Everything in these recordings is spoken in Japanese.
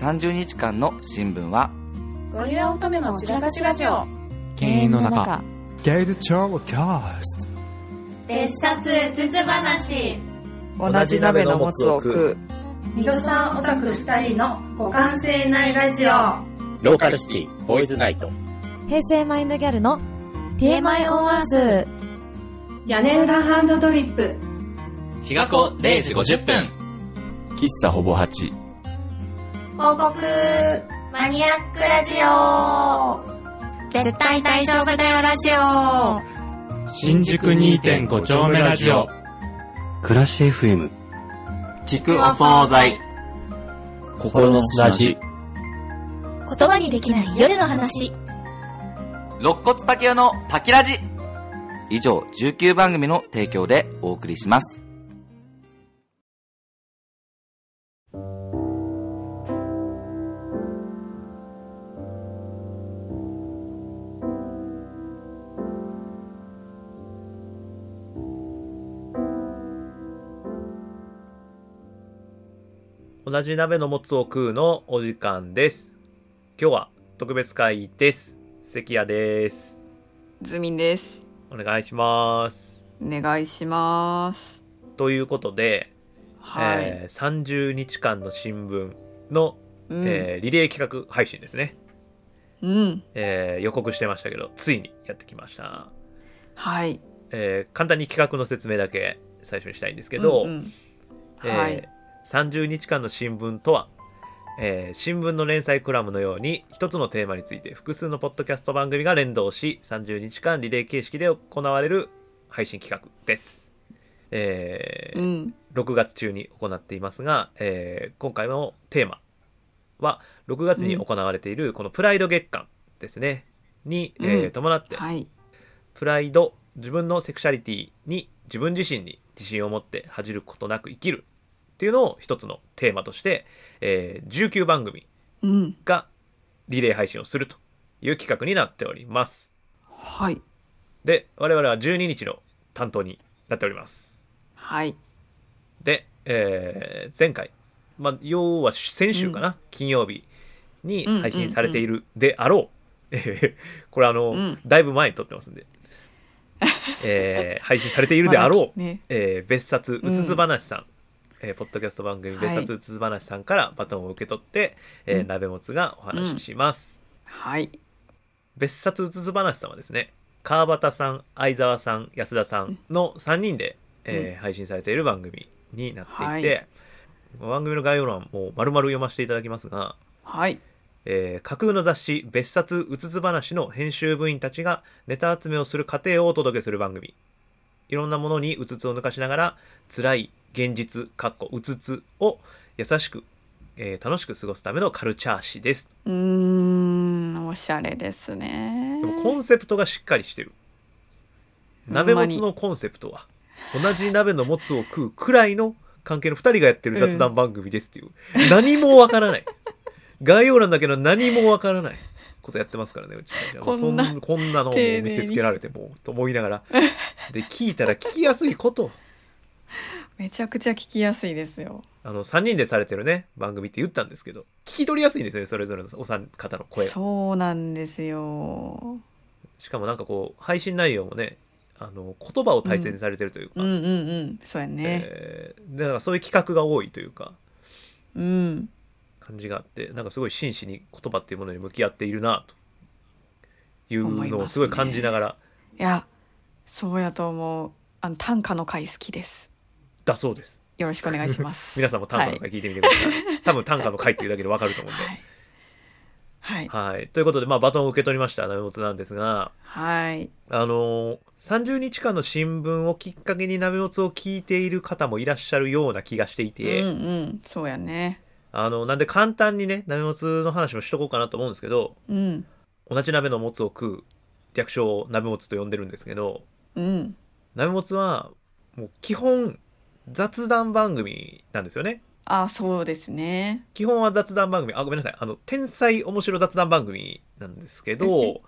30日間の新聞はゴリラ乙女の散らかしラジオ犬猿の中ゲイルチョーキャスト別冊うつつ話同じ鍋のもつを食うミドさんオタク2人の互換性ないラジオローカルシティボーイズナイト平成マインドギャルの TMI オンアース屋根裏ハンドドリップ日が子0時50分喫茶ほぼ8報告マニアックラジオ絶対大丈夫だよラジオ新宿2.5丁目ラジオ暮らし FM 聞くお惣菜心の砂地言葉にできない夜の話肋骨パキオのパキラジ以上19番組の提供でお送りします同じ鍋のもつを食うのお時間です今日は特別会です関谷ですズミンですお願いしますお願いしますということで、はい、えー、30日間の新聞の、うん、えーリレー企画配信ですねうんえー、予告してましたけどついにやってきましたはい、えー、簡単に企画の説明だけ最初にしたいんですけど、うんうんはい、えー30日間の新聞とは、えー、新聞の連載コラムのように一つのテーマについて複数のポッドキャスト番組が連動し30日間リレー形式で行われる配信企画です、えー、うん、6月中に行っていますが、えー、今回のテーマは6月に行われているこのプライド月間ですね、うん、に、えー、伴って、はい、プライド自分のセクシャリティに自分自身に自信を持って恥じることなく生きるっていうのを一つのテーマとして、えー、19番組がリレー配信をするという企画になっております。はい。で、我々は12日の担当になっております。はい。で、えー、前回、まあ、要は先週かな、うん、金曜日に配信されているであろう。これあの、うん、だいぶ前に撮ってますんで。えー、配信されているであろう、ねえー、別冊うつつ話さん、うんえー、ポッドキャスト番組「別冊うつつ話」さんからバトンを受け取って、はい、えー、鍋もつがお話しします、うん、はい別冊うつつ話さんはですね川端さん相沢さん安田さんの3人で、うん、えー、配信されている番組になっていて、はい、番組の概要欄も丸々読ませていただきますがはいえー、架空の雑誌「別冊うつつ話」の編集部員たちがネタ集めをする過程をお届けする番組いろんなものにうつつを抜かしながら辛い現実かっこうつつを優しく、えー、楽しく過ごすためのカルチャー誌ですうんおしゃれですねでもコンセプトがしっかりしてる鍋もつのコンセプトは同じ鍋のもつを食うくらいの関係の2人がやってる雑談番組ですっていう、うん、何もわからない概要欄だけど何もわからないことやってますからねうちこんなこんなのを見せつけられてもと思いながらで聞いたら聞きやすいことめちゃくちゃ聞きやすいですよあの3人でされてるね番組って言ったんですけど聞き取りやすいんですよねそれぞれのお三方の声そうなんですよしかもなんかこう配信内容もねあの言葉を大切にされてるというか、うん、うんうんうんそうやね、えー、だからそういう企画が多いというかうん感じがあってなんかすごい真摯に言葉っていうものに向き合っているなというのをすごい感じながら、い,ね、いやそうやと思うあの短歌の回好きですだそうです。よろしくお願いしま す。皆さんも短歌の会聞いてみてください。はい、 多分短歌の会っていうだけでわかると思うんで。はい。はい。ということで、まあ、バトンを受け取りました、鍋もつなんですが、はい。あのー、30日間の新聞をきっかけに鍋もつを聞いている方もいらっしゃるような気がしていて、うんうん、そうやね。あの、なんで簡単にね、鍋もつの話もしとこうかなと思うんですけど、うん。同じ鍋のもつを食う、略称を鍋もつと呼んでるんですけど、うん。鍋もつは、もう基本、雑談番組なんですよね。あそうですね。基本は雑談番組。あ、ごめんなさい。あの、天才面白雑談番組なんですけど。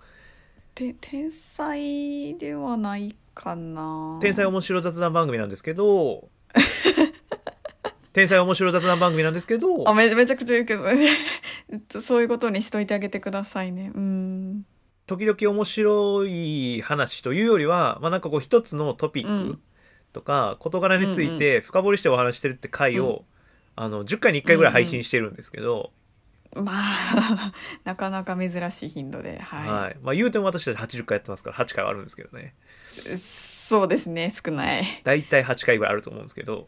て、天才ではないかな。天才面白雑談番組なんですけど、天才面白雑談番組なんですけどあめめちゃくちゃ言うけど、 えっと、そういうことにしといてあげてくださいねうん時々面白い話というよりは、まあ、なんかこう一つのトピックとか事柄について深掘りしてお話してるって回を、あの10回に1回ぐらい配信してるんですけど、まあ なかなか珍しい頻度ではい、はいまあ、言うても私たち80回やってますから8回はあるんですけどねそうですね少ない大体8回ぐらいあると思うんですけど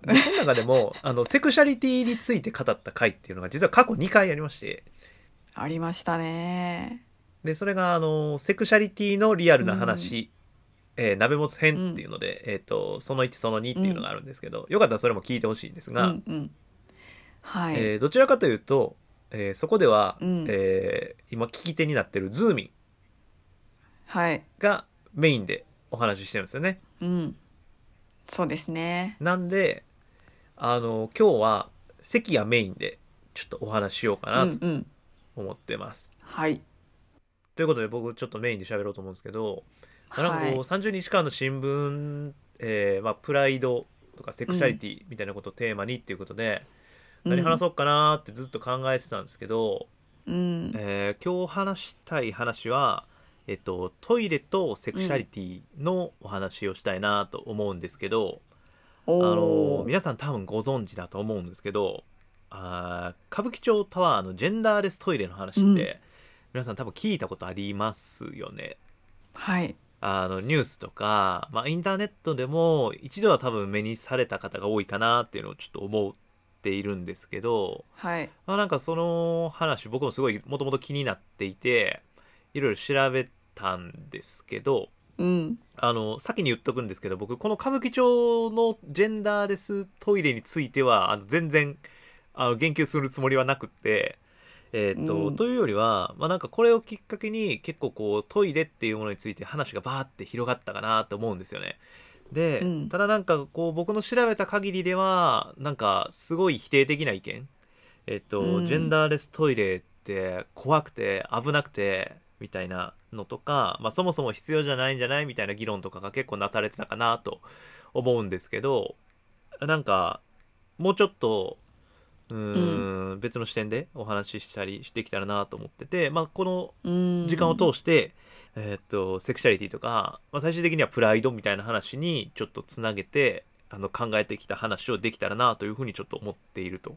でその中でもあのセクシャリティについて語った回っていうのが実は過去2回ありましてありましたねでそれがあのセクシャリティのリアルな話、うん、えー、鍋もつ編っていうので、うん、えーと、とその1その2っていうのがあるんですけど、うん、よかったらそれも聞いてほしいんですが、うんうん、はいえー、どちらかというと、えー、そこでは、うん、えー、今聞き手になってるズーミンはいがメインでお話ししてるんですよね。うん、そうですねなんであの今日は席がメインでちょっとお話ししようかなと思ってます。うんうん、はいということで僕ちょっとメインで喋ろうと思うんですけど、はい、なんかこう30日間の新聞、えーまあ、プライドとかセクシャリティみたいなことをテーマにっていうことで、うん、何話そうかなってずっと考えてたんですけど、うんえー、今日話したい話は、えっと、トイレとセクシャリティのお話をしたいなと思うんですけど、うん、あの皆さん多分ご存知だと思うんですけどあ歌舞伎町タワーのジェンダーレストイレの話って、うん皆さん多分聞いたことありますよね。はい。あのニュースとか、まあ、インターネットでも一度は多分目にされた方が多いかなっていうのをちょっと思っているんですけど、はい、まあ、なんかその話僕もすごいもともと気になっていていろいろ調べたんですけど、うん、あの先に言っとくんですけど僕この歌舞伎町のジェンダーレストイレについてはあの全然あの言及するつもりはなくて。えーと、うん、というよりは、まあ、なんかこれをきっかけに結構こうトイレっていうものについて話がバーって広がったかなと思うんですよね。で、うん、ただなんかこう僕の調べた限りではなんかすごい否定的な意見、えーと、うん、ジェンダーレストイレって怖くて危なくてみたいなのとか、まあ、そもそも必要じゃないんじゃないみたいな議論とかが結構なされてたかなと思うんですけどなんかもうちょっとうん、うん、別の視点でお話ししたりしてきたらなと思ってて、まあ、この時間を通して、えー、っとセクシャリティとか、まあ、最終的にはプライドみたいな話にちょっとつなげてあの考えてきた話をできたらなというふうにちょっと思っていると。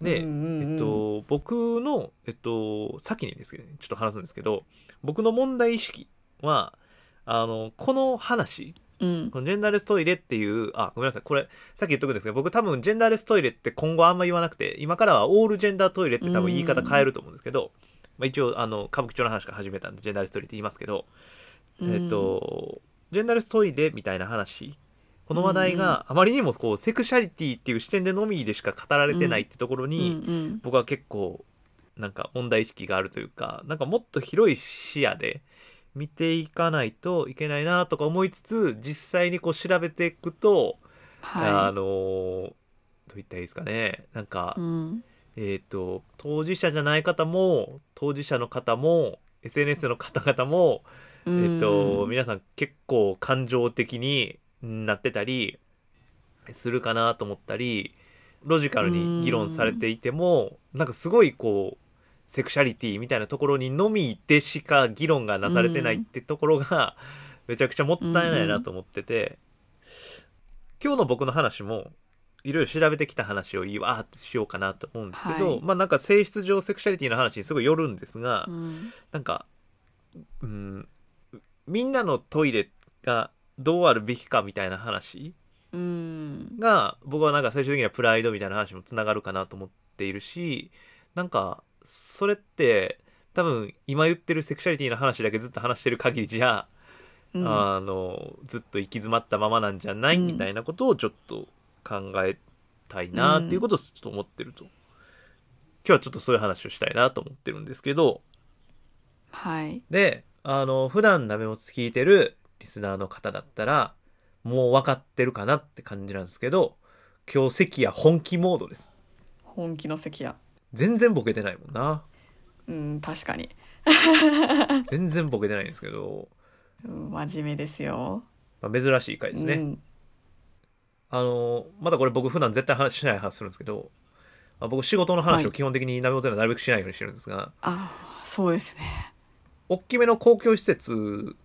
で、うんうんうん、えっと、僕の、えっと、先にですけど、ね、ちょっと話すんですけど僕の問題意識はあのこの話うん、このジェンダーレストイレっていう、あ、ごめんなさい、これ、さっき言っとくんですけど、僕多分ジェンダーレストイレって今後あんま言わなくて、今からはオールジェンダートイレって多分言い方変えると思うんですけど、まあ、一応、あの、歌舞伎町の話から始めたんで、ジェンダーレストイレって言いますけど、えっ、ー、と、ジェンダーレストイレみたいな話、この話題があまりにもこう、セクシャリティっていう視点でのみでしか語られてないってところに、僕は結構、なんか問題意識があるというか、なんかもっと広い視野で、見ていかないといけないなとか思いつつ実際にこう調べていくと、はい、あのどう言ったらいいですかねなんか、うん、えっ、ー、と当事者じゃない方も当事者の方も SNS の方々も、うん、えーと、と皆さん結構感情的になってたりするかなと思ったりロジカルに議論されていても、うん、なんかすごいこうセクシャリティみたいなところにのみでしか議論がなされてないってところが、めちゃくちゃもったいないなと思ってて、今日の僕の話もいろいろ調べてきた話をいいわってしようかなと思うんですけど、まあなんか性質上セクシャリティの話にすごいよるんですが、うなんか、うん、みんなのトイレがどうあるべきかみたいな話が、僕はなんか最終的にはプライドみたいな話もつながるかなと思っているしなんかそれって多分今言ってるセクシャリティの話だけずっと話してる限りじゃ、うん、あのずっと行き詰まったままなんじゃない、うん、みたいなことをちょっと考えたいなっていうことをちょっと思ってると、うん、今日はちょっとそういう話をしたいなと思ってるんですけどはいであの普段ダメモツ聞いてるリスナーの方だったらもう分かってるかなって感じなんですけど今日関谷本気モードです本気の関谷全然ボケてないもんなうん確かに全然ボケてないんですけど、うん、真面目ですよ、まあ、珍しい回ですね、うん、あのまだこれ僕普段絶対話しない話するんですけど、まあ、僕仕事の話を基本的に鍋尾ゼロなるべくしないようにしてるんですが、ああそうですね大きめの公共施設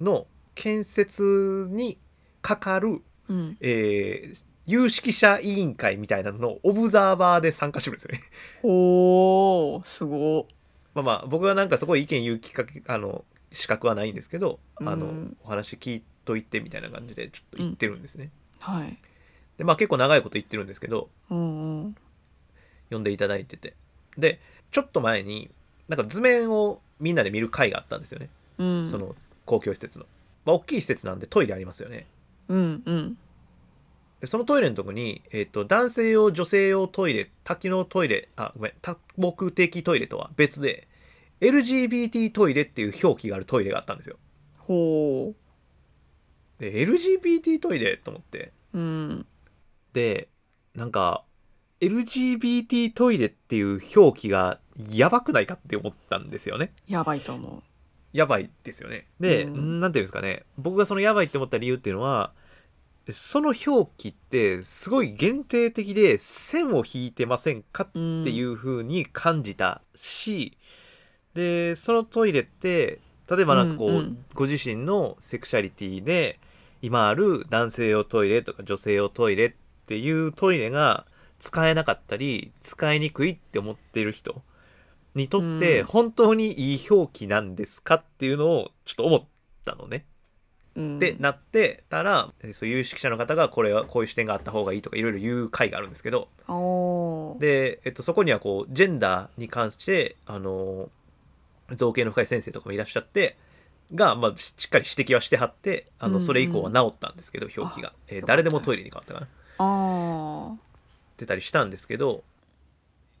の建設にかかる、うんえー有識者委員会みたいなののオブザーバーで参加してるんですよね おおすごまあまあ僕はなんかすごい意見言うきっかけあの資格はないんですけど、あうのんお話聞いといてみたいな感じでちょっと言ってるんですね、はいでまあ結構長いこと言ってるんですけどうんうん呼んでいただいててでちょっと前になんか図面をみんなで見る会があったんですよね、うんその公共施設の、まあ、大きい施設なんでトイレありますよねうんうんでそのトイレのとこに、えっと男性用女性用トイレ多機能トイレあごめん多目的トイレとは別で LGBT トイレっていう表記があるトイレがあったんですよほで LGBT トイレと思ってううんでなんか LGBT トイレっていう表記がやばくないかって思ったんですよねやばいと思やばいですよねで、うんなんていうんですかね僕がそのやばいって思った理由っていうのはその表記ってすごい限定的で線を引いてませんかってううんいう風に感じたし、でそのトイレって例えばなんかこう、うんうんご自身のセクシャリティで今ある男性用トイレとか女性用トイレっていうトイレが使えなかったり使いにくいって思ってる人にとってうん本当にいい表記なんですかっていうのをちょっと思ったのね。うんでなってたらえーそう有識者の方がこれはこういう視点があった方がいいとかいろいろ言う回があるんですけどおーで、えっと、そこにはこうジェンダーに関してあの造形の深い先生とかもいらっしゃってが、まあ、ししっかり指摘はしてはってあうんうのんそれ以降は治ったんですけど、表記が、えーよかった誰でもトイレに変わったかなあ出たりしたんですけど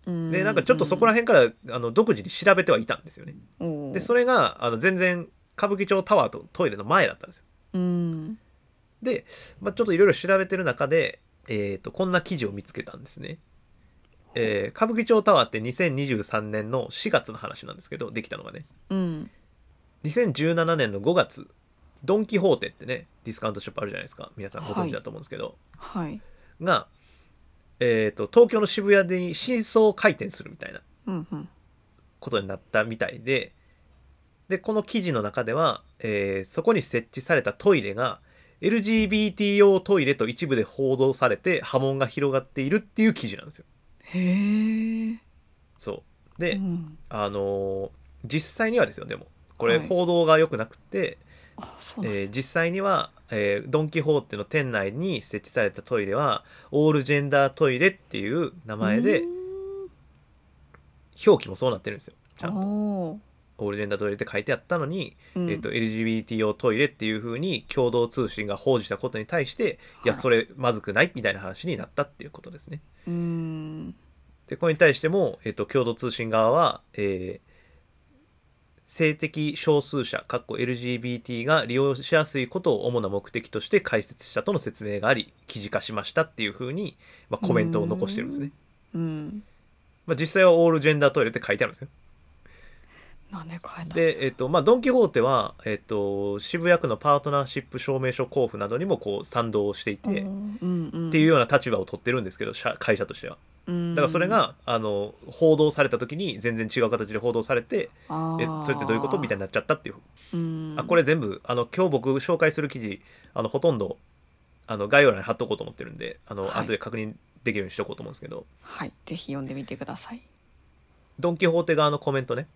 ーでなんかちょっとそこら辺からあの独自に調べてはいたんですよね。辺でそれがあの全然歌舞伎町タワーとトイレの前だったんですよ。うんで、まあ、ちょっといろいろ調べてる中で、えー、とこんな記事を見つけたんですね。えー歌舞伎町タワーって2023年の4月の話なんですけどできたのがねうん2017年の5月ドン・キホーテってねディスカウントショップあるじゃないですか皆さんご存知だと思うんですけど、はいが、えー、と東京の渋谷で真相回転するみたいなうんうんことになったみたいででこの記事の中では、えーそこに設置されたトイレが LGBT 用トイレと一部で報道されて波紋が広がっているっていう記事なんですよ。へそうで、えうんあのー実際にはですよでもこれはい報道が良くなくて、あそうなんだえー実際には、えードン・キホーテの店内に設置されたトイレはオールジェンダートイレっていう名前で表記もそうなってるんですよ。ちゃんとおーオールジェンダートイレって書いてあったのに、うんえっと LGBT 用トイレっていう風に共同通信が報じたことに対して、い、やはいそれまずくないみたいな話になったっていうことですね。うんでこれに対しても、えっと共同通信側は、えー性的少数者かっこ LGBT が利用しやすいことを主な目的として解説したとの説明があり記事化しましたっていう風に、まあ、コメントを残してるんですね。うんまあ、実際はオールジェンダートイレって書いてあるんですよ。なんで変えたで、えっとまあ、ドン・キホーテは、えっと、渋谷区のパートナーシップ証明書交付などにもこう賛同していて、おーうんうん、っていうような立場を取ってるんですけど社会社としてはうんだからそれが、あの報道された時に全然違う形で報道されてあえそれってどういうことみたいにな、なっちゃったっていう、うん、あこれ全部あの今日僕紹介する記事あのほとんどあの概要欄に貼っとこうと思ってるんであの、はい後で確認できるようにしとこうと思うんですけどはいぜひ読んでみてくださいドン・キホーテ側のコメントね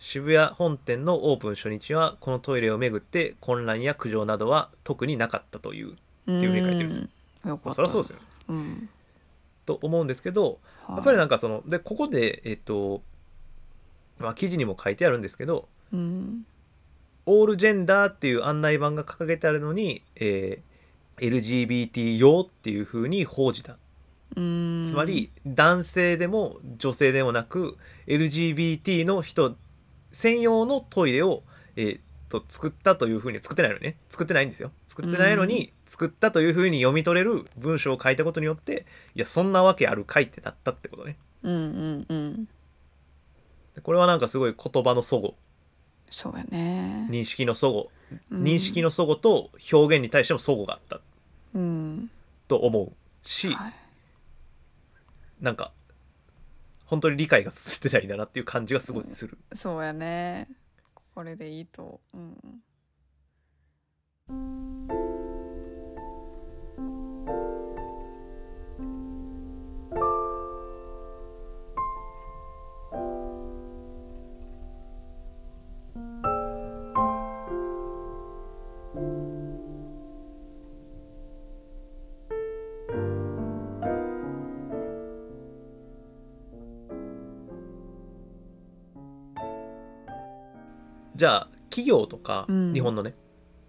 渋谷本店のオープン初日はこのトイレをめぐって混乱や苦情などは特になかったという、っていうふうに書いてるんですよよかまあ、ったそりゃそうですよねうんと思うんですけどはいやっぱりなんかそのでここでえっとまあ記事にも書いてあるんですけどうんオールジェンダーっていう案内板が掲げてあるのに、えー LGBT 用っていう風に報じたうんつまり男性でも女性でもなく LGBT の人専用のトイレを、えー、と作ったというふうに作ってないのね作ってないんですよ作ってないのに作ったというふうに読み取れる文章を書いたことによっていやそんなわけあるかいってなったってことねうんうんうんでこれはなんかすごい言葉の齟齬そうやね認識の齟齬うん認識の齟齬と表現に対しても齟齬があったうんとと思うし、はい、なんか本当に理解が進んでないんだなっていう感じがすごいする、うん、そうやねこれでいいとうんじゃあ企業とか、うん、日本のね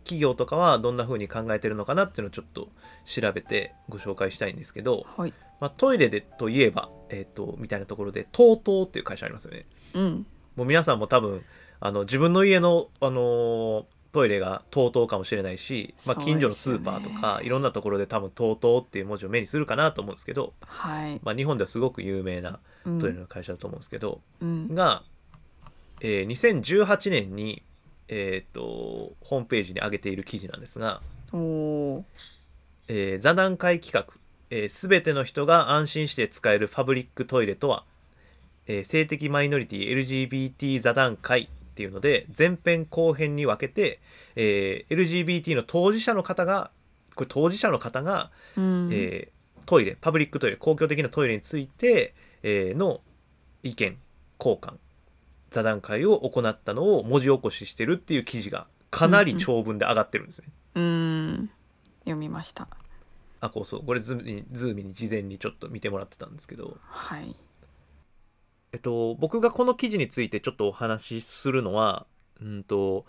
企業とかはどんな風に考えてるのかなっていうのをちょっと調べてご紹介したいんですけど、はい、まあ、トイレでといえば、えーと、とみたいなところで TOTO っていう会社ありますよね。うん、もう皆さんも多分あの自分の家の、あのトイレが TOTO かもしれないし、まあ、近所のスーパーとか、ね、いろんなところで多分 TOTO っていう文字を目にするかなと思うんですけど、はいまあ、日本ではすごく有名なトイレの会社だと思うんですけど、うん、が、えー、2018年に、えーと、とホームページに上げている記事なんですが、おえー、座談会企画「す、えー、え、べ、ての人が安心して使えるパブリックトイレとは、えー、性的マイノリティ LGBT 座談会」っていうので前編後編に分けて、えー、LGBT の当事者の方がこれ当事者の方が、うん、えー、トイレパブリックトイレ公共的なトイレについて、えー、の意見交換座談会を行ったのを文字起こししてるっていう記事がかなり長文で上がってるんですね。うん、うん、読みました。あこうそうこれズーミズーミに事前にちょっと見てもらってたんですけど、はい、えっと僕がこの記事についてちょっとお話しするのは、うんと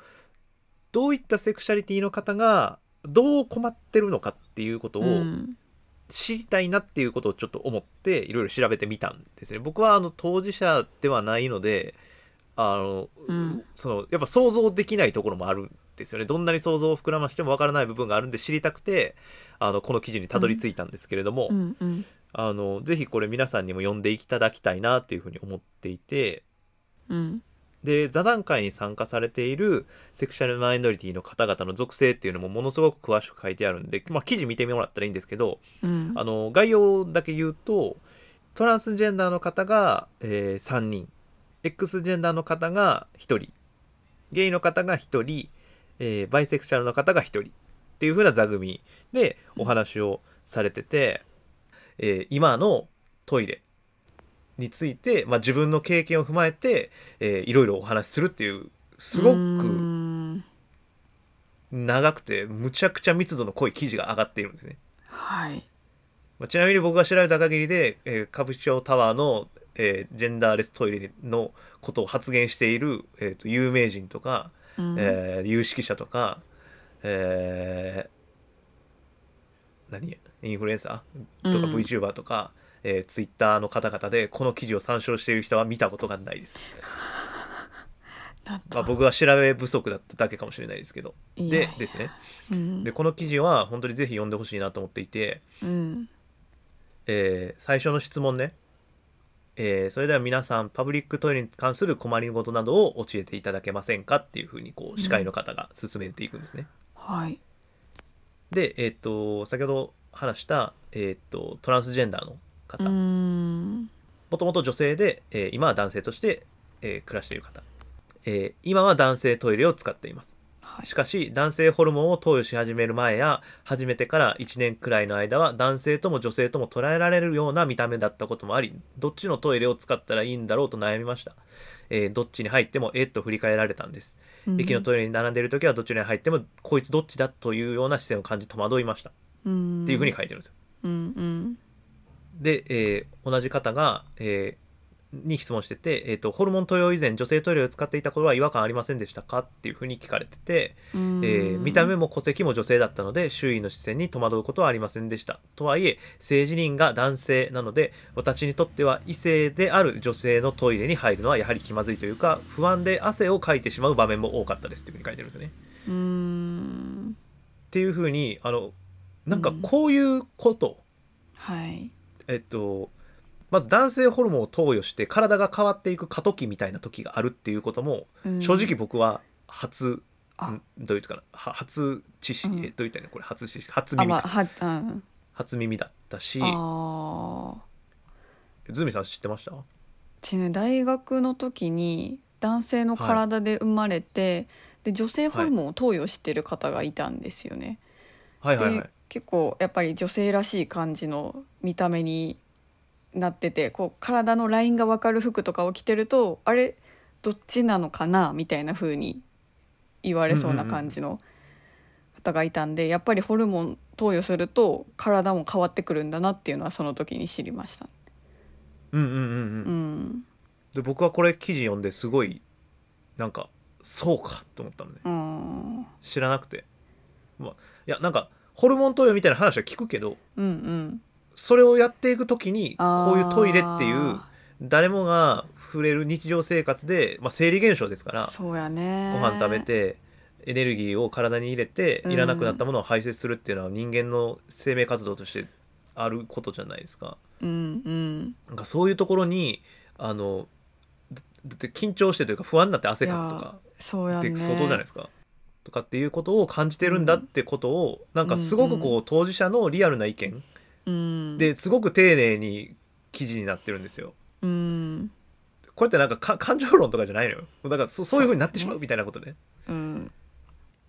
どういったセクシャリティの方がどう困ってるのかっていうことを、うん知りたいなっていうことをちょっと思っていろいろ調べてみたんですね。僕はあの当事者ではないので、あの、うん、そのやっぱ想像できないところもあるんですよねどんなに想像を膨らましてもわからない部分があるんで知りたくてあのこの記事にたどり着いたんですけれども、うんうんうん、あのぜひこれ皆さんにも読んでいただきたいなというふうに思っていて、うん、で座談会に参加されているセクシャルマイノリティの方々の属性っていうのもものすごく詳しく書いてあるんで、まあ、記事見てもらったらいいんですけど、うん、あの概要だけ言うとトランスジェンダーの方が、えー、3人 X ジェンダーの方が1人、ゲイの方が1人、えー、バイセクシャルの方が1人っていう風な座組でお話をされてて、えー、今のトイレについて、まあ、自分の経験を踏まえて、えー、いろいろお話しするっていう、すごく長くてむちゃくちゃ密度の濃い記事が上がっているんですね。はい。まあ、ちなみに僕が調べた限りで、えー、歌舞伎町タワーのえー、ジェンダーレストイレのことを発言している、えーと、と有名人とか、うん、えー、有識者とか、えー、何インフルエンサーとか VTuber とか、うん、えー、Twitter の方々でこの記事を参照している人は見たことがないです。まあ、僕は調べ不足だっただけかもしれないですけどでですね、うん、でこの記事は本当にぜひ読んでほしいなと思っていて、うん、えー、最初の質問ねえー、それでは皆さんパブリックトイレに関する困りごとなどを教えていただけませんかっていうふうにこう司会の方が進めていくんですね。うん、はい、で、えーっと、と先ほど話した、えーっと、とトランスジェンダーの方もともと女性で、えー、今は男性として、えー、暮らしている方、え今は男性トイレを使っています。しかし男性ホルモンを投与し始める前や始めてから1年くらいの間は男性とも女性とも捉えられるような見た目だったこともありどっちのトイレを使ったらいいんだろうと悩みました、えー、どっちに入ってもえっと振り返られたんです、うん、駅のトイレに並んでいる時はどちらに入ってもこいつどっちだというような視線を感じ戸惑いました、うん、っていうふうに書いてるんですよ、うん、で、えー、同じ方が、えーに質問してて、えーと、とホルモン投与以前女性トイレを使っていたことは違和感ありませんでしたかっていうふうに聞かれてて、えー、見た目も戸籍も女性だったので周囲の視線に戸惑うことはありませんでしたとはいえ性自認が男性なので私にとっては異性である女性のトイレに入るのはやはり気まずいというか不安で汗をかいてしまう場面も多かったですっていうふうに書いてるんですね。うんっていうふうにあのなんかこういうこと、はい、えっ、ー、とまず男性ホルモンを投与して体が変わっていく過渡期みたいな時があるっていうことも正直僕は初、うん、どういうかな初知識、うん、どういったのこれ初知識初耳、まあうん、初耳だったしああズミさん知ってました私ね大学の時に男性の体で生まれて、で女性ホルモンを投与してる方がいたんですよね。はいはいはでい結構やっぱり女性らしい感じの見た目になっててこう体のラインが分かる服とかを着てるとあれどっちなのかなみたいな風に言われそうな感じの方がいたんで、やっぱりホルモン投与すると体も変わってくるんだなっていうのはその時に知りました。うんうんうんううんんで僕はこれ記事読んですごいなんかそうかと思ったのねうん知らなくてまあいやなんかホルモン投与みたいな話は聞くけどうんうんそれをやっていく時にあーこういうトイレっていう誰もが触れる日常生活で、まあ、生理現象ですからそうやねご飯食べてエネルギーを体に入れてうんいらなくなったものを排泄するっていうのは人間の生命活動としてあることじゃないですか。うんうんなんかそういうところにあのだだって緊張してというか不安になって汗かくといかそうやっねて相当じゃないですか。とかっていうことを感じてるんだってことを、なんかすごくこう、うんう当事者のリアルな意見うんですごく丁寧に記事になってるんですよ。うんこれってなんかか感情論とかじゃないのよ。だからそそういうふうになってしまうみたいなことね。うん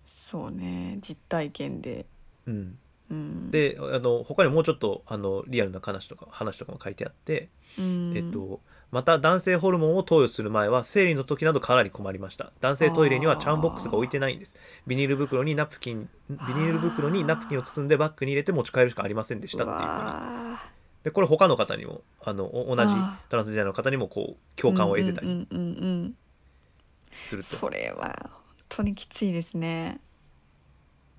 そうね実体験でうんうんであの他にもうちょっとあのリアルな話とか話とかも書いてあって、うんえっと、また男性ホルモンを投与する前は生理の時などかなり困りました男性トイレにはチャンボックスが置いてないんですビニール袋にナプキンビニール袋にナプキンを包んでバッグに入れて持ち帰るしかありませんでしたっていうかわーでこれ他の方にもあのお同じあトランスジェンダーの方にもこう共感を得てたうりんうんうんうんうんすると、それは本当にきついですね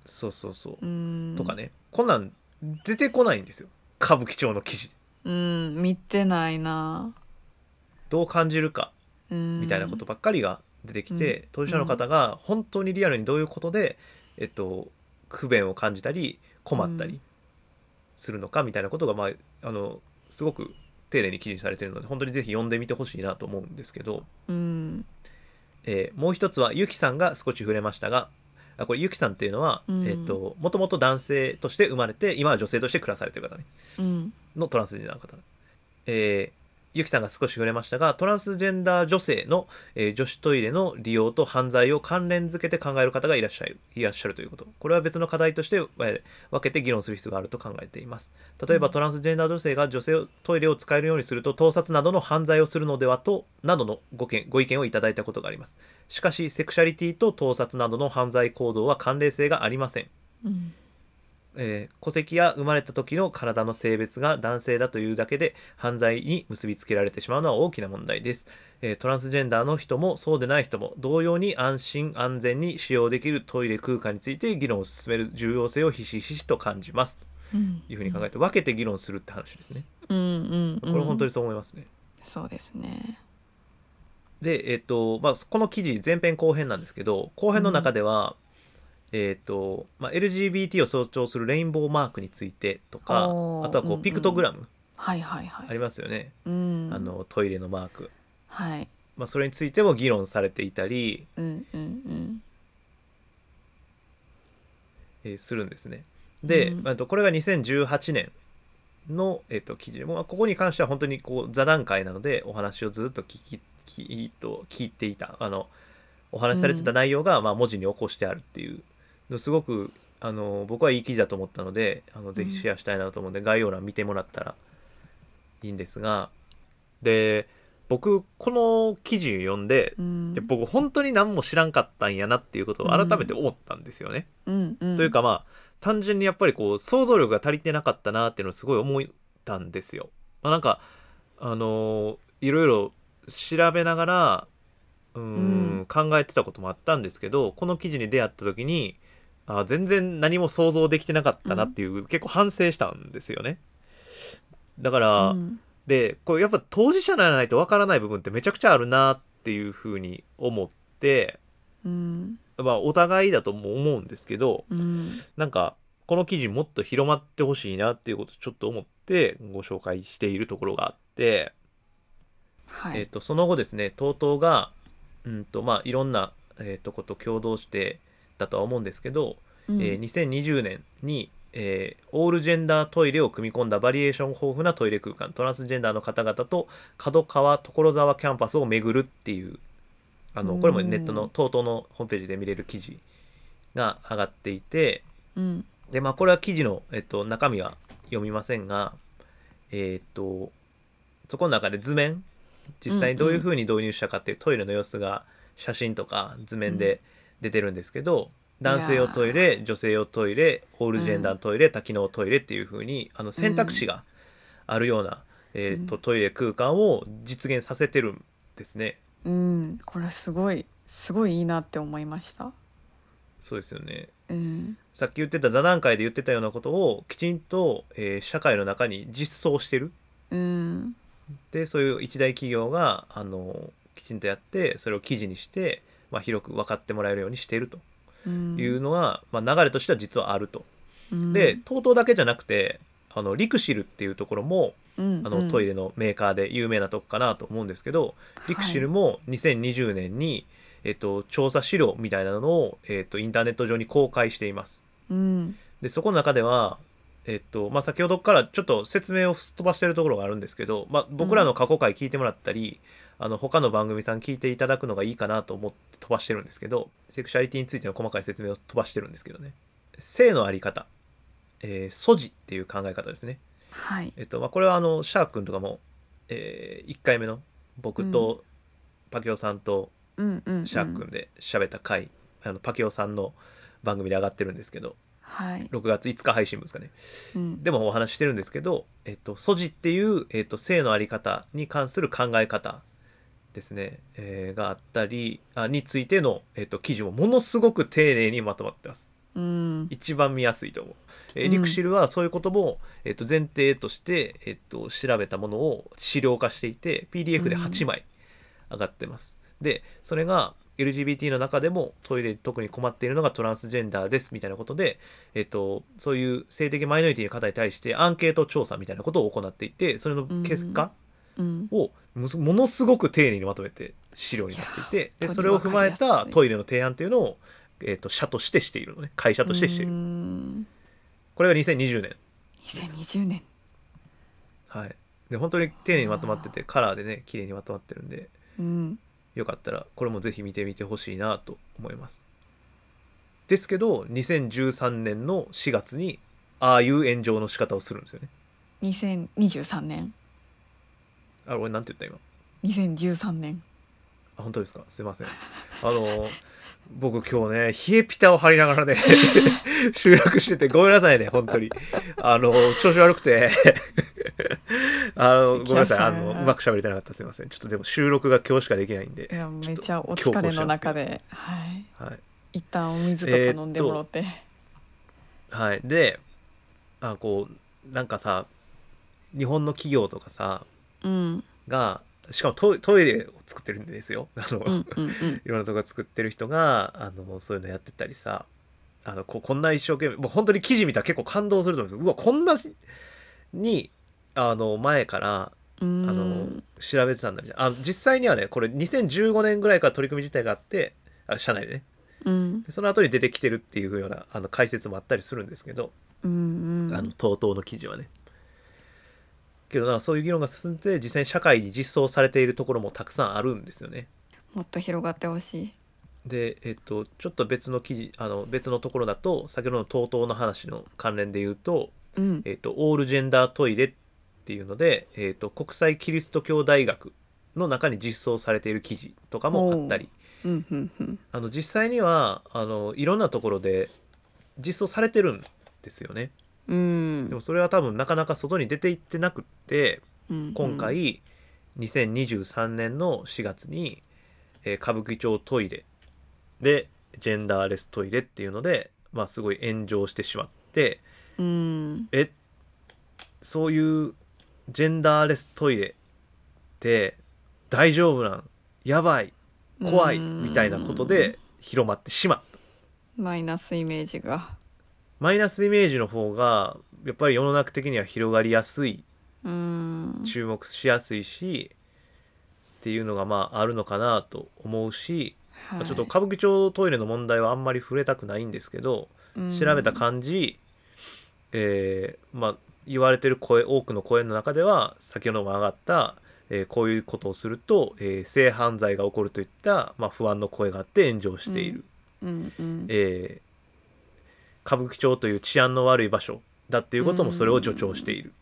そうそうそうう、んとかねこんなん出てこないんですよ歌舞伎町の記事うん見てないなどう感じるかみみたいなことばっかりが出てきて、うん当事者の方が本当にリアルにどういうことで、えっと、不便を感じたり困ったうんりするのかみたいなことが、まあ、あのすごく丁寧に記事にされているので本当にぜひ読んでみてほしいなと思うんですけど、うんえーもう一つはゆきさんが少し触れましたがあこれゆきさんっていうのはうんもともと男性として生まれて今は女性として暮らされている方ねうんのトランスジェンダーの方、えー、ゆきさんが少し触れましたがトランスジェンダー女性の、えー女子トイレの利用と犯罪を関連付けて考える方がいらっしゃるいらっしゃるということこれは別の課題として、えー分けて議論する必要があると考えています例えばトランスジェンダー女性が女性をトイレを使えるようにすると盗撮などの犯罪をするのではとなどのご見ご意見をいただいたことがありますしかしセクシャリティと盗撮などの犯罪行動は関連性がありませんうんえー戸籍や生まれた時の体の性別が男性だというだけで犯罪に結びつけられてしまうのは大きな問題です、えートランスジェンダーの人もそうでない人も同様に安心安全に使用できるトイレ空間について議論を進める重要性をひしひしと感じますうんというふうに考えて分けて議論するって話ですねうんこうんれ本当にそう思いますね、そうですねでえっ、と、まあ、この記事前編後編なんですけど後編の中では、えっ、と、まあ、LGBT を象徴するレインボーマークについてとかあおーとはこうんううんピクトグラムはいはいはいありますよね、うんあのトイレのマーク、はいまあ、それについても議論されていたり、うんうんえーするんですねで、うんまあとこれが2018年の、えっと記事で、まあ、ここに関しては本当にこう座談会なのでお話をずっと聞き聞いと聞いていたあのお話しされてた内容が、まあ、文字に起こしてあるっていうのすごくあの僕はいい記事だと思ったのであのぜひシェアしたいなと思うんで、概要欄見てもらったらいいんですがで僕この記事読んでうんうんで僕本当に何も知らんかったんやなっていうことを改めて思ったんですよね。うんうんというかまあ単純にやっぱりこう想像力が足りてなかったなっていうのをすごい思ったんですよ。まあ、なんかあのーいろいろ調べながらうーん考えてたこともあったんですけどこの記事に出会った時にあ全然何も想像できてなかったなっていう、結構反省したんですよね。だから、うんでこれやっぱ当事者じゃないとわからない部分ってめちゃくちゃあるなっていうふうに思って、うんまあ、お互いだとも思うんですけどうんなんかこの記事もっと広まってほしいなっていうことをちょっと思ってご紹介しているところがあって、はえっいとその後ですね TOTO が、うんとまあ、いろんな、えっとこと共同してだとは思うんですけど、うんえー2020年に、えーオールジェンダートイレを組み込んだバリエーション豊富なトイレ空間トランスジェンダーの方々と角川所沢キャンパスを巡るっていうあのこれもネットの TOTO のホームページで見れる記事が上がっていてうんでまあこれは記事の、えっと、中身は読みませんがえーっとそこの中で図面実際にどういうふうに導入したかっていうトイレの様子が写真とか図面で出てるんですけど、男性用トイレ女性用トイレオールジェンダートイレ、多機能トイレっていうふうにあの選択肢があるような、えーっとトイレ空間を実現させてるんですね。うんこれすごいすごいいいなって思いましたそうですよねうんさっき言ってた座談会で言ってたようなことをきちんと、えー社会の中に実装してるうんでそういう一大企業があのきちんとやってそれを記事にして、まあ、広く分かってもらえるようにしているとうんいうのが、まあ、流れとしては実はあると。うんで TOTO だけじゃなくてあのリクシルっていうところもうんあうのんトイレのメーカーで有名なとこかなと思うんですけど、リクシルも2020年に、えっと、調査資料みたいなのを、えっと、インターネット上に公開しています。うんでそこの中では、えっとまあ、先ほどからちょっと説明をすっ飛ばしてるところがあるんですけど、まあ、僕らの過去回聞いてもらったり、あの他の番組さん聞いていただくのがいいかなと思って飛ばしてるんですけどセクシャリティについての細かい説明を飛ばしてるんですけどね性のあり方、えー素地っていう考え方ですねはいえっとまあ、これはあのシャーク君とかも、え1回目の僕とパキオさんとうんうんうんシャーク君で喋った回、あのパキオさんの番組で上がってるんですけどはい6月5日配信分ですかねうんでもお話ししてるんですけど、えっと、素地っていう、えっと、性のあり方に関する考え方ですね、えーがあったりあについての、えっと、記事もものすごく丁寧にまとまってますうん一番見やすいと思う、えーうんリクシルはそういうことも、えっと前提として、えっと調べたものを資料化していて PDF で8枚上がってます、でそれが LGBT の中でもトイレで特に困っているのがトランスジェンダーですみたいなことで、えっとそういう性的マイノリティの方に対してアンケート調査みたいなことを行っていてそれの結果うんをむすものすごく丁寧にまとめて資料になっていていでやそれを踏まえわかりたやすいトイレの提案っていうのを、えっと社としてしているのね会社としてしている。うんこれが2020年。 2020年はい。で、本当に丁寧にまとまってて、カラーでね、綺麗にまとまってるんで、うんよかったら、これもぜひ見てみてほしいなと思います。ですけど、2013年の4月に、ああいう炎上の仕方をするんですよね。 2023年あ、俺なんて言った今。 2013年あ、本当ですかすいません。あの、僕今日ね、冷えピタを張りながらね、 収録してて、ごめんなさいね、本当に。あの、調子悪くて、あの、ごめんなさい、あの、うまく喋れてなかったすいません。ちょっとでも収録が今日しかできないんいで、やめちゃお疲れの中ではいはい。一旦お水とか飲んでもらって、はい、であこうなんかさ日本の企業とかさうんがしかもトイトイレを作ってるんですよあの、ういんうんうんろんなとこ作ってる人があのそういうのやってたりさあのここんな一生懸命もう本当に記事見たら結構感動すると思うんですようわこんなにあの前からうあんの調べてたんだみたいなあの実際にはねこれ2015年ぐらいから取り組み自体があってあ社内でねうんでその後に出てきてるっていうようなあの解説もあったりするんですけどうんうんあの TOTO の記事はね。けどなそういう議論が進んで実際に社会に実装されているところもたくさんあるんですよね。もっと広がってほしいで、えっと、ちょっと別の記事あの別のところだと先ほどの TOTO の話の関連で言うと、うんえっと、オールジェンダートイレっていうので、えっと、国際キリスト教大学の中に実装されている記事とかもあったりうんうんうんあの実際にはあのいろんなところで実装されてるんですよね。うんでもそれは多分なかなか外に出ていってなくって、今うん回2023年の4月に、えー歌舞伎町トイレでジェンダーレストイレっていうので、まあ、すごい炎上してしまってうんえそういうジェンダーレストイレって大丈夫なんやばい怖いうんみたいなことで広まってしまったマイナスイメージがマイナスイメージの方がやっぱり世の中的には広がりやすいうん注目しやすいしっていうのがまああるのかなと思うし、はいちょっと歌舞伎町トイレの問題はあんまり触れたくないんですけど、調べた感じえーまあ、言われてる声多くの声の中では先ほども上がった、えーこういうことをすると、えー性犯罪が起こるといった、まあ、不安の声があって炎上している、うんうんえー歌舞伎町という治安の悪い場所だっていうこともそれを助長している、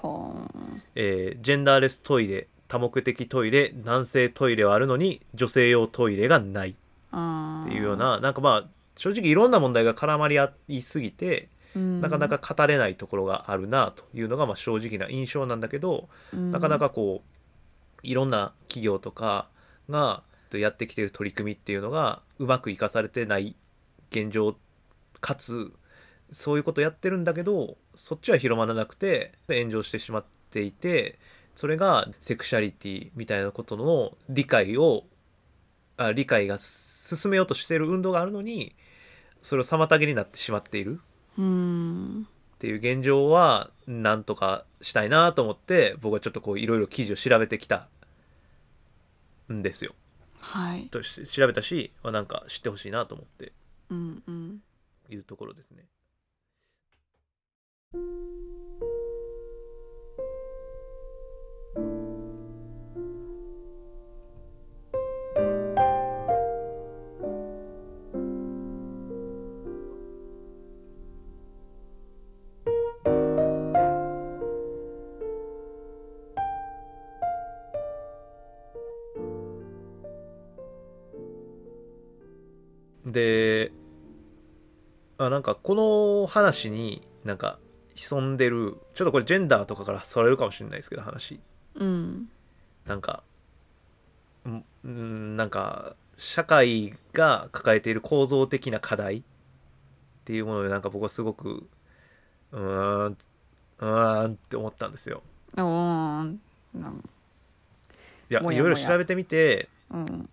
はあえージェンダーレストイレ多目的トイレ男性トイレはあるのに女性用トイレがないあっていうようななんかまあ正直いろんな問題が絡まり合いすぎてななかなか語れないところがあるなというのがまあ正直な印象なんだけど、ななかなかこういろんな企業とかがやってきてる取り組みっていうのがうまく生かされてない現状かつそういうことやってるんだけどそっちは広まらなくて炎上してしまっていてそれがセクシャリティみたいなことの理解をあ理解が進めようとしてる運動があるのにそれを妨げになってしまっているうんっていう現状はなんとかしたいなと思って僕はちょっとこういろいろ記事を調べてきたんですよ。はいとし調べたしあなんか知ってほしいなと思ってうんうんいるところですね。であなんかこの話になんか潜んでるちょっとこれジェンダーとかからそれるかもしれないですけど話うんなんかんうんなんか社会が抱えている構造的な課題っていうものでなんか僕はすごくうーんうーんって思ったんですよおーんなんいやもいやろもいやろ調べてみてうん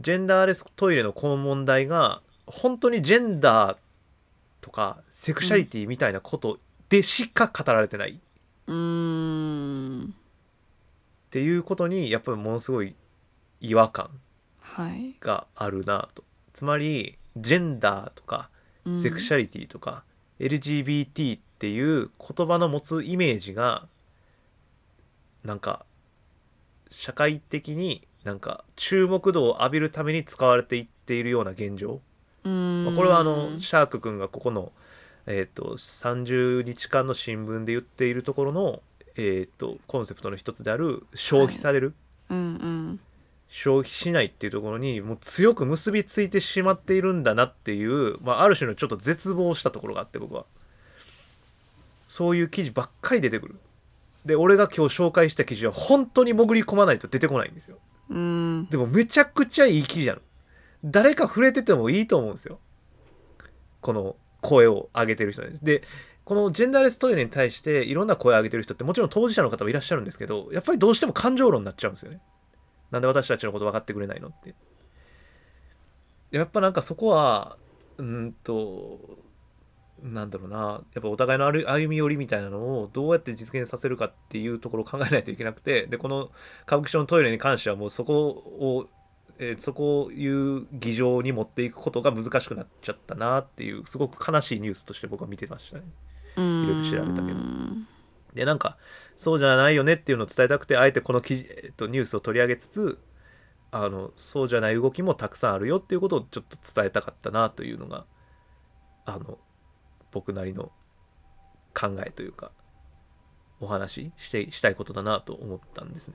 ジェンダーレストイレのこの問題が本当にジェンダーとかセクシャリティみたいなことでしか語られてないっうーんていうことにやっぱりものすごい違和感はいがあるなとつまりジェンダーとかうんセクシャリティとか、LGBT っていう言葉の持つイメージがなんか社会的になんか注目度を浴びるために使われていっているような現状、うーまあんこれはあのシャーク君がここの、えー、と30日間の新聞で言っているところの、えー、とコンセプトの一つである消費される、うんうん消費しないっていうところにもう強く結びついてしまっているんだなっていう、まあ、ある種のちょっと絶望したところがあって僕はそういう記事ばっかり出てくるで俺が今日紹介した記事は本当に潜り込まないと出てこないんですようんでもめちゃくちゃいい記事なの誰か触れててもいいと思うんですよこの声を上げてる人ですでこのジェンダーレストイレに対していろんな声を上げてる人ってもちろん当事者の方もいらっしゃるんですけどやっぱりどうしても感情論になっちゃうんですよねなんで私たちのこと分かってくれないのってやっぱなんかそこはうーんとなんだろうなやっぱお互いの歩歩み寄りみたいなのをどうやって実現させるかっていうところを考えないといけなくてでこの歌舞伎町のトイレに関してはもうそこを、えーそこをいう議場に持っていくことが難しくなっちゃったなっていうすごく悲しいニュースとして僕は見てましたね。いろいろ調べたけどでなんかそうじゃないよねっていうのを伝えたくてあえてこの記事、えっと、ニュースを取り上げつつあのそうじゃない動きもたくさんあるよっていうことをちょっと伝えたかったなというのがあの僕なりの考えというかお話ししてしたいことだなと思ったんですね。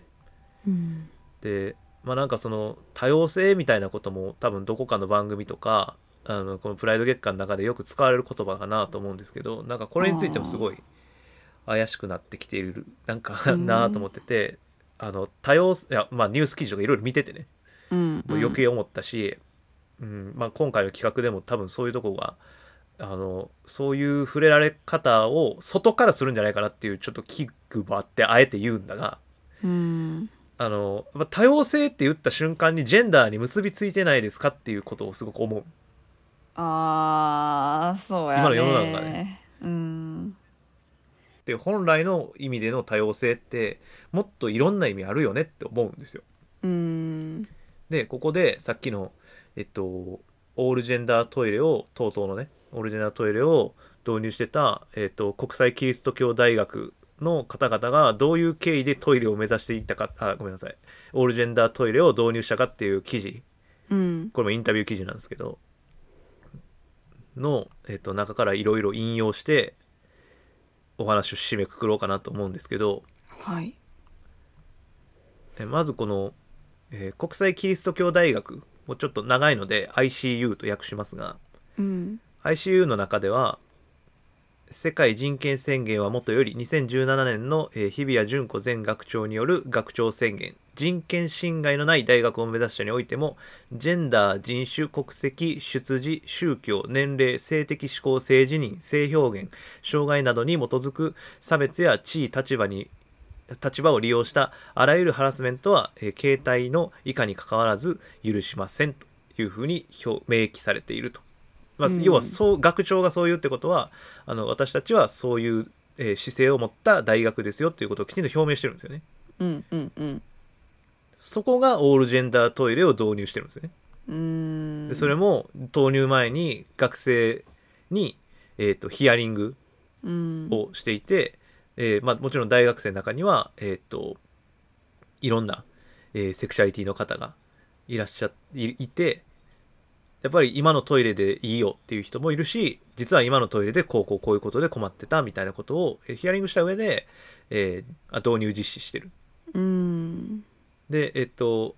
うんでまあなんかその多様性みたいなことも多分どこかの番組とかあのこの「プライド月間」の中でよく使われる言葉かなと思うんですけどなんかこれについてもすごい怪しくなってきているなんかうんなあと思っててあの多様いやまあニュース記事とかいろいろ見ててねうんもう余計思ったし、うんまあ、今回の企画でも多分そういうとこがあのそういう触れられ方を外からするんじゃないかなっていうちょっと危惧もあってあえて言うんだが。うんあのやっぱ多様性って言った瞬間にジェンダーに結びついてないですかっていうことをすごく思うああそうやね今の世の中ねうんで本来の意味での多様性ってもっといろんな意味あるよねって思うんですようんでここでさっきのえっとオールジェンダートイレをとうとうのねオールジェンダートイレを導入してた、えーと、と国際キリスト教大学の方々がどういう経緯でトイレを目指していたかあごめんなさいオールジェンダートイレを導入したかっていう記事、うん、これもインタビュー記事なんですけどの、えーと、と中からいろいろ引用してお話を締めくくろうかなと思うんですけど、はい、えまずこの、えー、国際キリスト教大学もうちょっと長いので ICU と訳しますが、うん、 ICU の中では世界人権宣言はもとより2017年の、えー、日比谷純子前学長による学長宣言人権侵害のない大学を目指したにおいてもジェンダー人種国籍出自宗教年齢性的指向性自認性表現障害などに基づく差別や地位立場に立場を利用したあらゆるハラスメントは、えー、携帯の以下にかかわらず許しませんというふうに明記されているとまあ、要はそう、うん、学長がそう言うってことはあの私たちはそういう、えー、姿勢を持った大学ですよっていうことをきちんと表明してるんですよね。うんうんうん、そこがオールジェンダートイレを導入してるんですね。うんでそれも導入前に学生に、えーと、とヒアリングをしていて、うん、えー、まあ、もちろん大学生の中には、えーと、といろんな、えー、セクシャリティの方がいらっしゃいいて。やっぱり今のトイレでいいよっていう人もいるし、実は今のトイレでこうこうこういうことで困ってたみたいなことをヒアリングした上で、えー、導入実施してる。うん。で、えっと、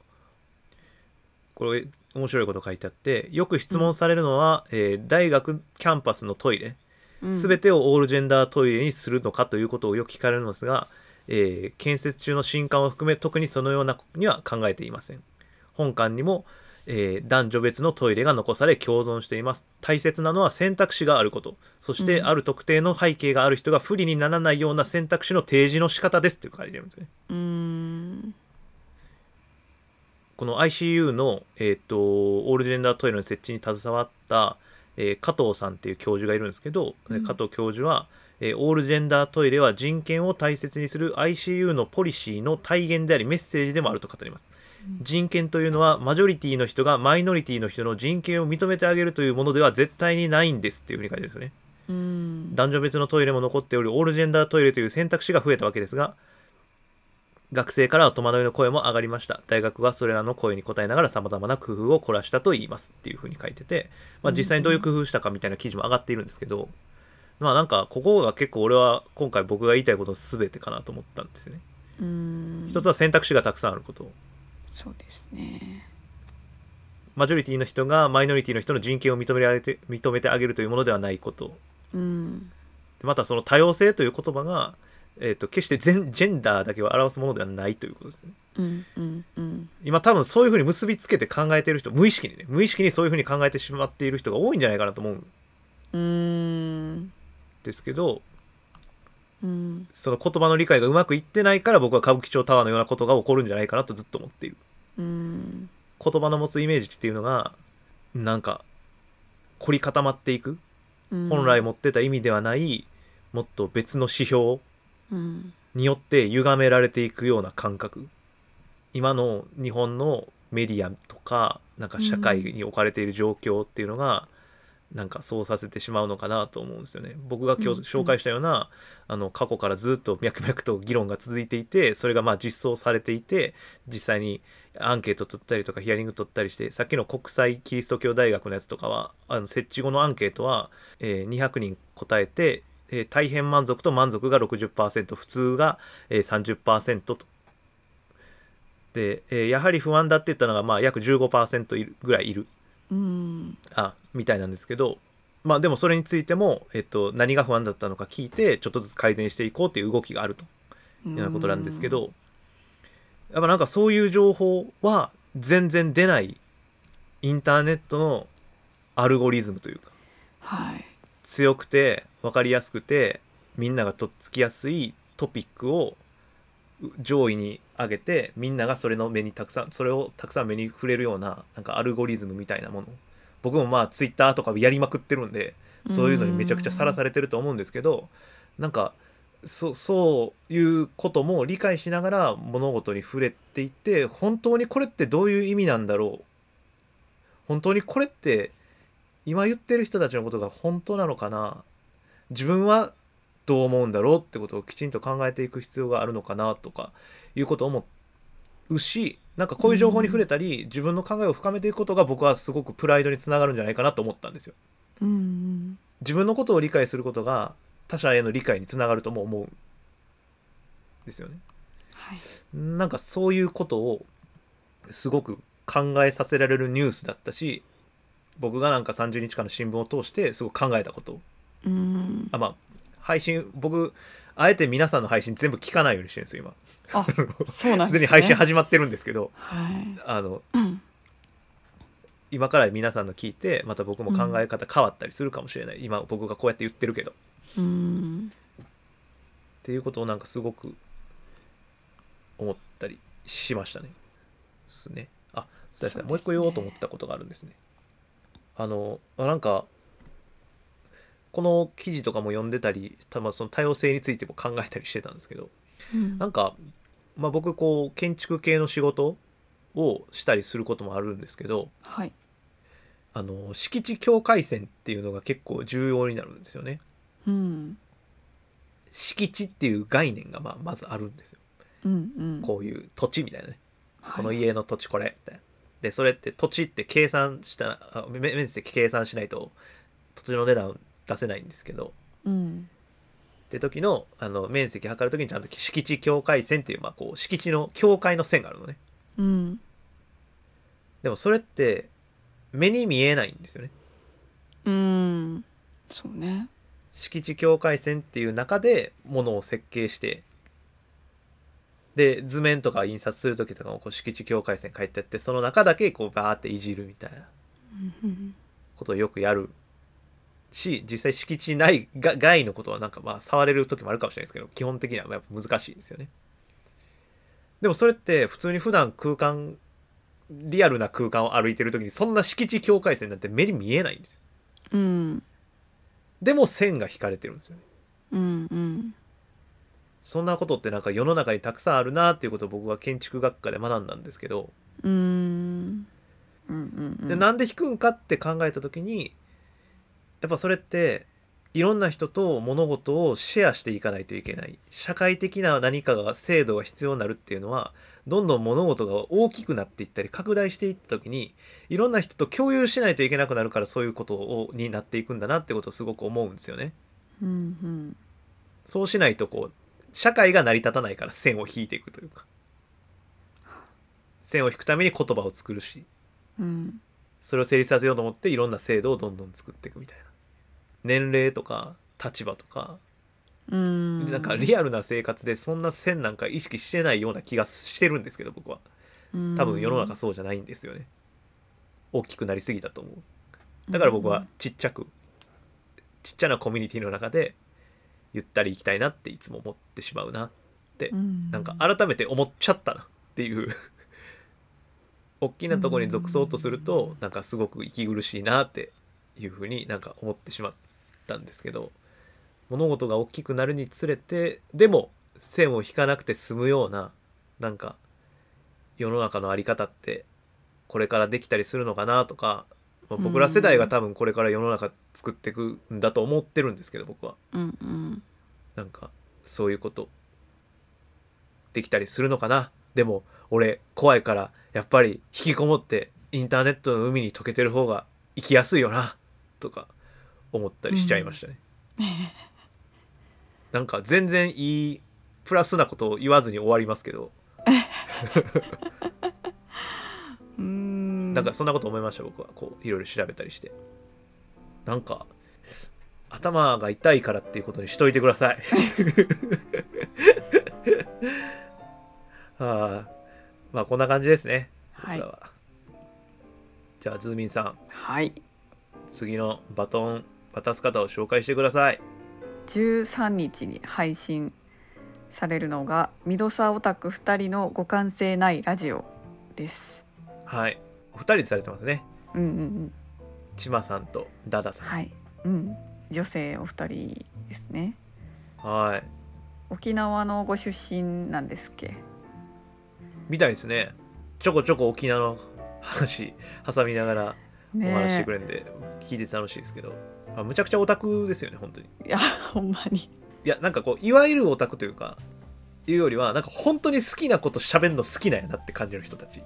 これ面白いこと書いてあって、よく質問されるのは、うん、えー、大学キャンパスのトイレ、すべてをオールジェンダートイレにするのかということをよく聞かれるのですが、えー、建設中の新館を含め特にそのようなには考えていません。本館にもえー、男女別のトイレが残され共存しています大切なのは選択肢があることそしてある特定の背景がある人が不利にならないような選択肢の提示の仕方ですっていう書いてあるんですねうんこの ICU の、えーと、とオールジェンダートイレの設置に携わった、えー、加藤さんっていう教授がいるんですけど、うん、加藤教授は、えー、オールジェンダートイレは人権を大切にする ICU のポリシーの体現でありメッセージでもあると語ります人権というのはマジョリティの人がマイノリティの人の人権を認めてあげるというものでは絶対にないんですっていうふうに書いてるんですよね。男女別のトイレも残っておりオールジェンダートイレという選択肢が増えたわけですが学生からは戸惑いの声も上がりました大学はそれらの声に応えながらさまざまな工夫を凝らしたと言いますっていうふうに書いてて、まあ、実際にどういう工夫したかみたいな記事も上がっているんですけど、まあなんかここが結構俺は今回僕が言いたいことの全てかなと思ったんですね。一つは選択肢がたくさんあること。そうですねマジョリティの人がマイノリティの人の人権を認められて認めてあげるというものではないこと、うん、またその多様性という言葉が、えーと、と決して全ジェンダーだけを表すものではないということですね、うんうんうん、今多分そういうふうに結びつけて考えてる人無意識にね無意識にそういうふうに考えてしまっている人が多いんじゃないかなと思ううんですけどうん、その言葉の理解がうまくいってないから僕は歌舞伎町タワーのようなことが起こるんじゃないかなとずっと思っている、うん、言葉の持つイメージっていうのがなんか凝り固まっていく、うん、本来持ってた意味ではないもっと別の指標によって歪められていくような感覚今の日本のメディアとかなんか社会に置かれている状況っていうのが、なんかそうさせてしまうのかなと思うんですよね。僕が今日紹介したような、うんうん、あの過去からずっと脈々と議論が続いていてそれがまあ実装されていて実際にアンケート取ったりとかヒアリング取ったりしてさっきの国際キリスト教大学のやつとかはあの設置後のアンケートは、えー、200人答えて、えー、大変満足と満足が60%普通が、えー、30%と。で、えー、やはり不安だって言ったのがまあ約15%いるぐらいいる。うん、あみたいなんですけどまあでもそれについても、えっと、何が不安だったのか聞いてちょっとずつ改善していこうっていう動きがあるというようなことなんですけど、やっぱなんかそういう情報は全然出ないインターネットのアルゴリズムというか、はい、強くて分かりやすくてみんながとっつきやすいトピックを上位に上げてみんながそれの目にたくさんそれをたくさん目に触れるようななんかアルゴリズムみたいなもの僕もまあツイッターとかやりまくってるんでそういうのにめちゃくちゃさらされてると思うんですけどなんかそそういうことも理解しながら物事に触れていって本当にこれってどういう意味なんだろう本当にこれって今言ってる人たちのことが本当なのかな自分はどう思うんだろうってことをきちんと考えていく必要があるのかなとかいうことを思うしなんかこういう情報に触れたり、自分の考えを深めていくことが僕はすごくプライドにつながるんじゃないかなと思ったんですよ。うんうん、自分のことを理解することが他者への理解につながるとも思うんですよね。はい、なんかそういうことをすごく考えさせられるニュースだったし僕がなんか30日間の新聞を通してすごく考えたこと、うん、 あまあ配信僕あえて皆さんの配信全部聞かないようにしてるんですよ今。あそう なんです、でね、に配信始まってるんですけど、はい、あの、うん、今から皆さんの聞いてまた僕も考え方変わったりするかもしれない、うん、今僕がこうやって言ってるけど。うん、っていうことをなんかすごく思ったりしましたね。ですね。あそうですねもう一個言おうと思ってたことがあるんですね。あのなんかこの記事とかも読んでたりたまその多様性についても考えたりしてたんですけど、うん、なんか、まあ、僕こう建築系の仕事をしたりすることもあるんですけど、はい、あの敷地境界線っていうのが結構重要になるんですよね。うん、敷地っていう概念がまあまずあるんですよ。うんうん、こういう土地みたいなね、はい、この家の土地これみたいな。でそれって土地って計算したあ面積計算しないと土地の値段出せないんですけど、うん、って時のあの面積測る時にちゃんと敷地境界線っていう,、まあ、こう敷地の境界の線があるのね、うん、でもそれって目に見えないんですよねうんそうね敷地境界線っていう中でものを設計してで図面とか印刷する時とかもこう敷地境界線書いてあってその中だけこうバーっていじるみたいなことをよくやるし実際敷地内外のことはなんかまあ触れる時もあるかもしれないですけど基本的にはやっぱ難しいですよね。でもそれって普通に普段空間リアルな空間を歩いてる時にそんな敷地境界線なんて目に見えないんですよ。うん、でも線が引かれてるんですよね。うんうんそんなことってなんか世の中にたくさんあるなっていうことを僕は建築学科で学んだんですけどうん、うんうん、でなんで弾くんかって考えた時にやっぱそれっていろんな人と物事をシェアしていかないといけない社会的な何かが制度が必要になるっていうのはどんどん物事が大きくなっていったり拡大していった時にいろんな人と共有しないといけなくなるからそういうことをになっていくんだなってことをすごく思うんですよね。うんうん、そうしないとこう社会が成り立たないから線を引いていくというか線を引くために言葉を作るし、うん、それを成立させようと思っていろんな制度をどんどん作っていくみたいな年齢とか立場とかうんなんかリアルな生活でそんな線なんか意識してないような気がしてるんですけど僕は多分世の中そうじゃないんですよね大きくなりすぎたと思うだから僕はちっちゃくちっちゃなコミュニティの中でゆったり行きたいなっていつも思ってしまうなって、うん、なんか改めて思っちゃったなっていう 大きなとこに属そうとするとなんかすごく息苦しいなっていうふうになんか思ってしまったんですけど物事が大きくなるにつれてでも線を引かなくて済むようななんか世の中の在り方ってこれからできたりするのかなとかま僕ら世代が多分これから世の中作っていくんだと思ってるんですけど僕は、うんうん、なんかそういうことできたりするのかなでも俺怖いからやっぱり引きこもってインターネットの海に溶けてる方が行きやすいよなとか思ったりしちゃいましたね、うん、 なんか全然いいプラスなことを言わずに終わりますけどなんかそんなこと思いました僕はこういろいろ調べたりしてなんか頭が痛いからっていうことにしといてくだ さいあまあこんな感じですねはいじゃあズーミンさんはい次のバトン渡す方を紹介してください13日に配信されるのが「ミドサオタク2人の互換性ないラジオ」ですはい2人でされてますねうんうんうんちまさんとダダさんはいうん女性お二人ですねはい沖縄のご出身なんですっけみたいですねちょこちょこ沖縄の話挟みながらお話してくれるんで、聞いて楽しいですけど、ね、あむちゃくちゃオタクですよね本当にいやほんまにいやなんかこういわゆるオタクというかいうよりはなんか本当に好きなこと喋るの好きなんやなって感じの人たち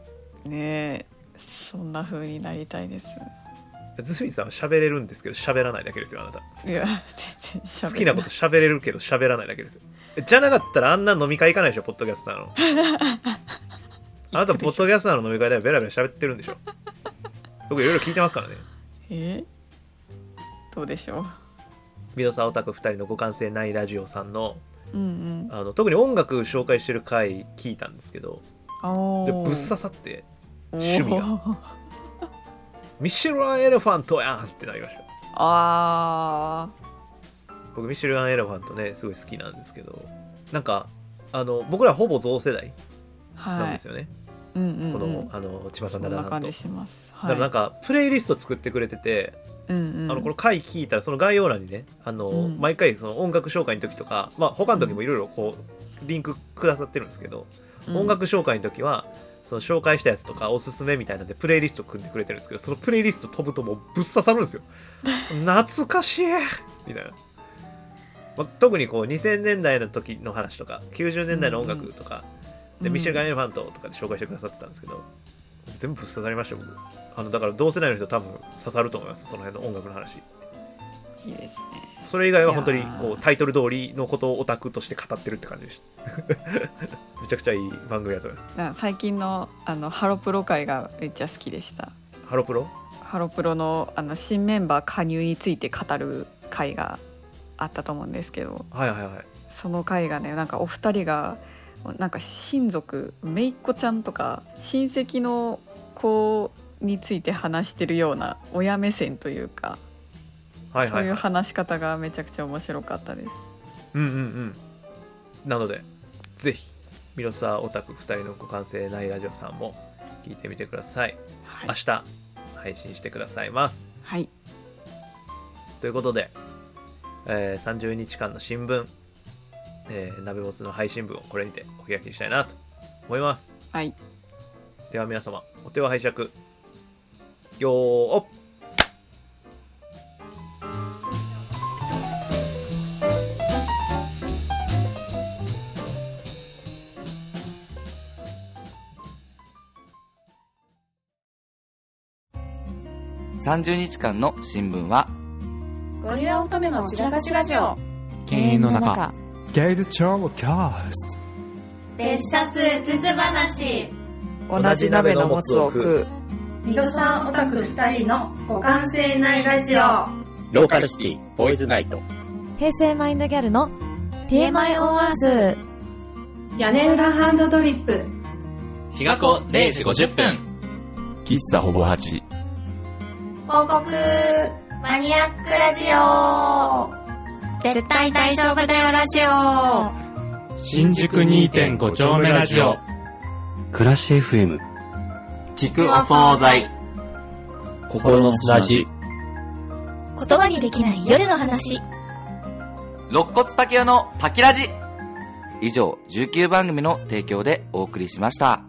ねえそんな風になりたいですズミさんは喋れるんですけど喋らないだけですよあなたいや全然好きなこと喋れるけど喋らないだけですよじゃなかったらあんな飲み会行かないでしょポッドキャスターのあなたポッドキャスターの飲み会ではベラベラ喋ってるんでしょ僕いろいろ聞いてますからねえどうでしょう美濃さんオタク2人のご関係ないラジオさんの,、うんうん、あの特に音楽紹介してる回聞いたんですけどでぶっ刺さって趣味がミシェルアン・エレファントやんってなりましたあ僕ミシェルアン・エレファントねすごい好きなんですけどなんかあの僕らほぼ同世代なんですよね、はい、うんうんうん、このあの千葉さんだなと感じします、はい、だからなんかプレイリスト作ってくれてて、うんうん、あのこの回聞いたらその概要欄にねあの、うん、毎回その音楽紹介の時とか、まあ、他の時もいろいろこうリンクくださってるんですけど、うん、音楽紹介の時はその紹介したやつとかおすすめみたいなんでプレイリスト組んでくれてるんですけどそのプレイリスト飛ぶともうぶっ刺さるんですよ懐かしいみたいな、まあ、特にこう2000年代の時の話とか90年代の音楽とか、で、うん、ミシェル・ガイエルファントとかで紹介してくださってたんですけど全部ぶっ刺さりました僕あのだから同世代の人多分刺さると思いますその辺の音楽の話いいですねそれ以外は本当にこうタイトル通りのことをオタクとして語ってるって感じでした めちゃくちゃいい番組だと思います最近のあのハロプロ会がめっちゃ好きでしたハロプロハロプロのあの新メンバー加入について語る会があったと思うんですけどはいはいはいその会がねなんかお二人がなんか親族姪っ子ちゃんとか親戚の子について話してるような親目線というか、はいはい、そういう話し方がめちゃくちゃ面白かったですうんうんうんなのでぜひミロサオタク2人のご完成ないラジオさんも聞いてみてください、はい、明日配信してくださいますはいということで、えー、30日間の新聞えー、鍋もつの配信部をこれにてお開きにしたいなと思います。はい。では皆様、お手は拝借。よーお30日間の新聞はゴリラ乙女の散らかしラジオ犬猿の中ゲイル超キャス別冊うつつ話同じ鍋のもつを食うミドさんオタク2人の互換性ないラジオローカルシティボーイズナイト平成マインドギャルの TMI オンアーズ屋根裏ハンドドリップ日が子0時50分喫茶ほぼ8広告マニアックラジオ絶対大丈夫だよラジオ新宿2.5丁目ラジオ暮らし FM 聞くお惣菜心の砂地言葉にできない夜の話肋骨パキオのパキラジ以上19番組の提供でお送りしました。